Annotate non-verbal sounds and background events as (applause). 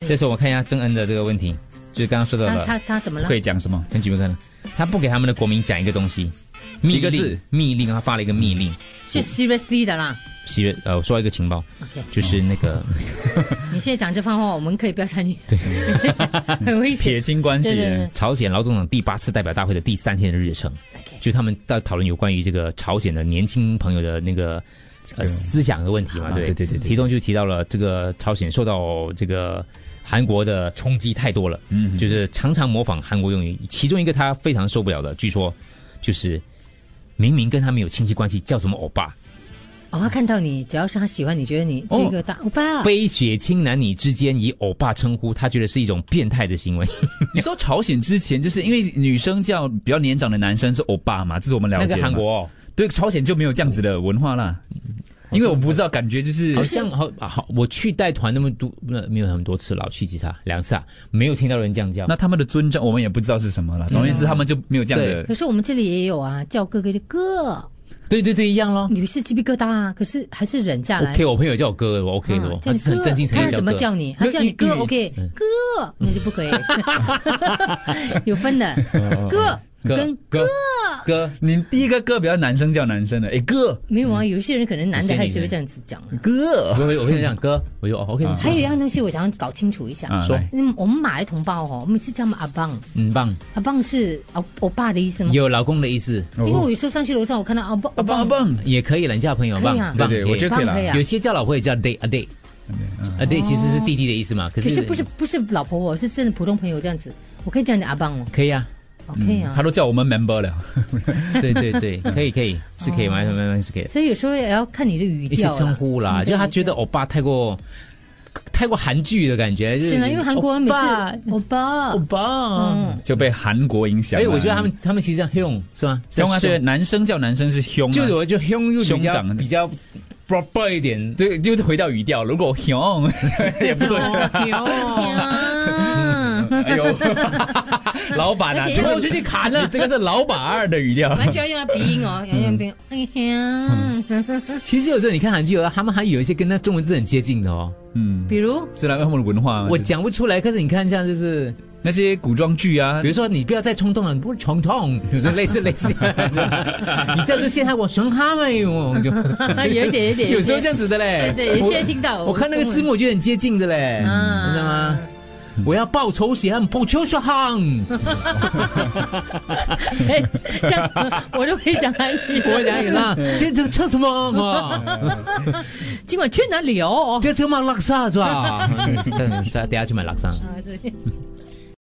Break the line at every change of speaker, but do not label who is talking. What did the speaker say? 这时候我看一下郑恩的这个问题，就是刚刚说到
他
的，
他他怎么了
可？以讲什么？
很久没看了，他不给他们的国民讲一个东西，密
一个
令
字，
密令，他发了一个密令。
是 seriously 的啦。
七月，呃，我说一个情报，
OK，
就是那
哦
个
你现在讲这番话，我们可以不要参与，对， (laughs) 很危
(laughs) 撇
(laughs)
险。
清关系
对对对
朝鲜劳动党第八次代表大会的第三天的日程，
OK，
就他们在讨论有关于这个朝鲜的年轻朋友的那个呃思想的问题嘛，
啊
对
对对对对
其中就提到了这个朝鲜受到这个韩国的冲击太多了，嗯，就是常常模仿韩国用语，其中一个他非常受不了的，据说就是明明跟他们有亲戚关系，叫什么欧巴，
哦，他看到你，只要是他喜欢你，觉得你
哦
这个大欧
啊
巴，
非血亲男女之间以欧巴称呼，他觉得是一种变态的行为。
(laughs) 你说朝鲜之前就是因为女生叫比较年长的男生是欧巴嘛，这是我们了
那
解
个
的嘛
韩国、哦。
对朝鲜就没有这样子的文化啦，因为我不知道，感觉就是
好像好好，我去带团那么多，那没有很多次了，我去几次啊，两次啊，没有听到人这样叫。
那他们的尊重我们也不知道是什么啦。总而言之，他们就没有这样的
可是我们这里也有啊，叫哥哥就哥，
对对对，一样咯。
你是鸡皮疙瘩啊，可是还是忍下来。
OK，我朋友叫我哥，我 OK 的，
啊
我
这
哦他
样
是很
哥
真心诚
看
意
他
叫
怎么叫
哥。
你，他叫你哥
那
，OK，哥，那就
(laughs)
不可以，有分的，
哦
哥跟
哥哥，
你第一个哥比较男生叫男生的，哎哥
没有啊，有些人可能男
嗯有些女嗯
的还是会这样子讲啊。
哥
我，我我朋友讲哥，我就哦 OK，
还有一样东西，我想要搞清楚一下
啊，
说
来
嗯我们马来同胞哦，我们是叫他们阿邦，
很棒，
阿邦是欧欧巴的意思吗？
有老公的意思
因为我有时候上去楼上，我看到阿邦
阿棒阿棒，
也可以了，你叫朋友
可
棒
以啊，
棒
对对，我觉得可以
棒可以
啦。
啊
有些叫老婆也叫 day a day。a day 其实是弟弟的意思嘛，可
哦可
是
是不是不是老婆我，是真的普通朋友这样子，我可以叫你阿邦哦
可以啊，
，OK
他
啊。
都叫我们 member 了，
对对
(laughs)
对，可以可
哦
以是可以，慢慢慢慢是可以的。
所以有时候也要看你的语
一些
调啦
称呼啦，
嗯
就他觉得欧巴太过太过韩剧的感觉，就是
是啊呢，因为韩国人每次欧
欧
巴，
巴，嗯，
就被韩国影
所
响了。
以我觉得他们他们其实像 hung 是吗？
凶啊，对，
是
男生叫男生是凶啊，
就是我就 hung 又比
兄
较
长
比较 proper 一点，
对，就是回到语调，如果凶 (laughs) 也
(laughs)
不对。
哎呀
哎
(laughs)
呦，老板啊，
而且
这
要
个
我去你砍了
你。这个是老板二的语调。
完全要用到鼻音哦，
嗯
要用鼻音。哎呀，
其实有时候你看韩剧哦，他们还有一些跟那中文字很接近的哦，
嗯，
比如 (laughs)
是啦，他们的文化。
我讲不出来，可是你看像就是，
那些古装剧啊
比，如说你不要再冲动了，你不是冲动，有时候类似类似，你这样就陷害我熊哈们哟，就
有一点有一点，
有时候这样子的嘞。
对，
我
现在听到啊
我看那个字幕就很接近的嘞，
中文
你知道吗？？我要报仇雪恨，报仇雪恨。
哎， (laughs) 这样 (laughs) 我都可以讲韩语，
我讲你啦，这这吃什么啊？
今晚去哪里哦？
这车买拉萨是吧？等等下去买拉萨。
啊，这些。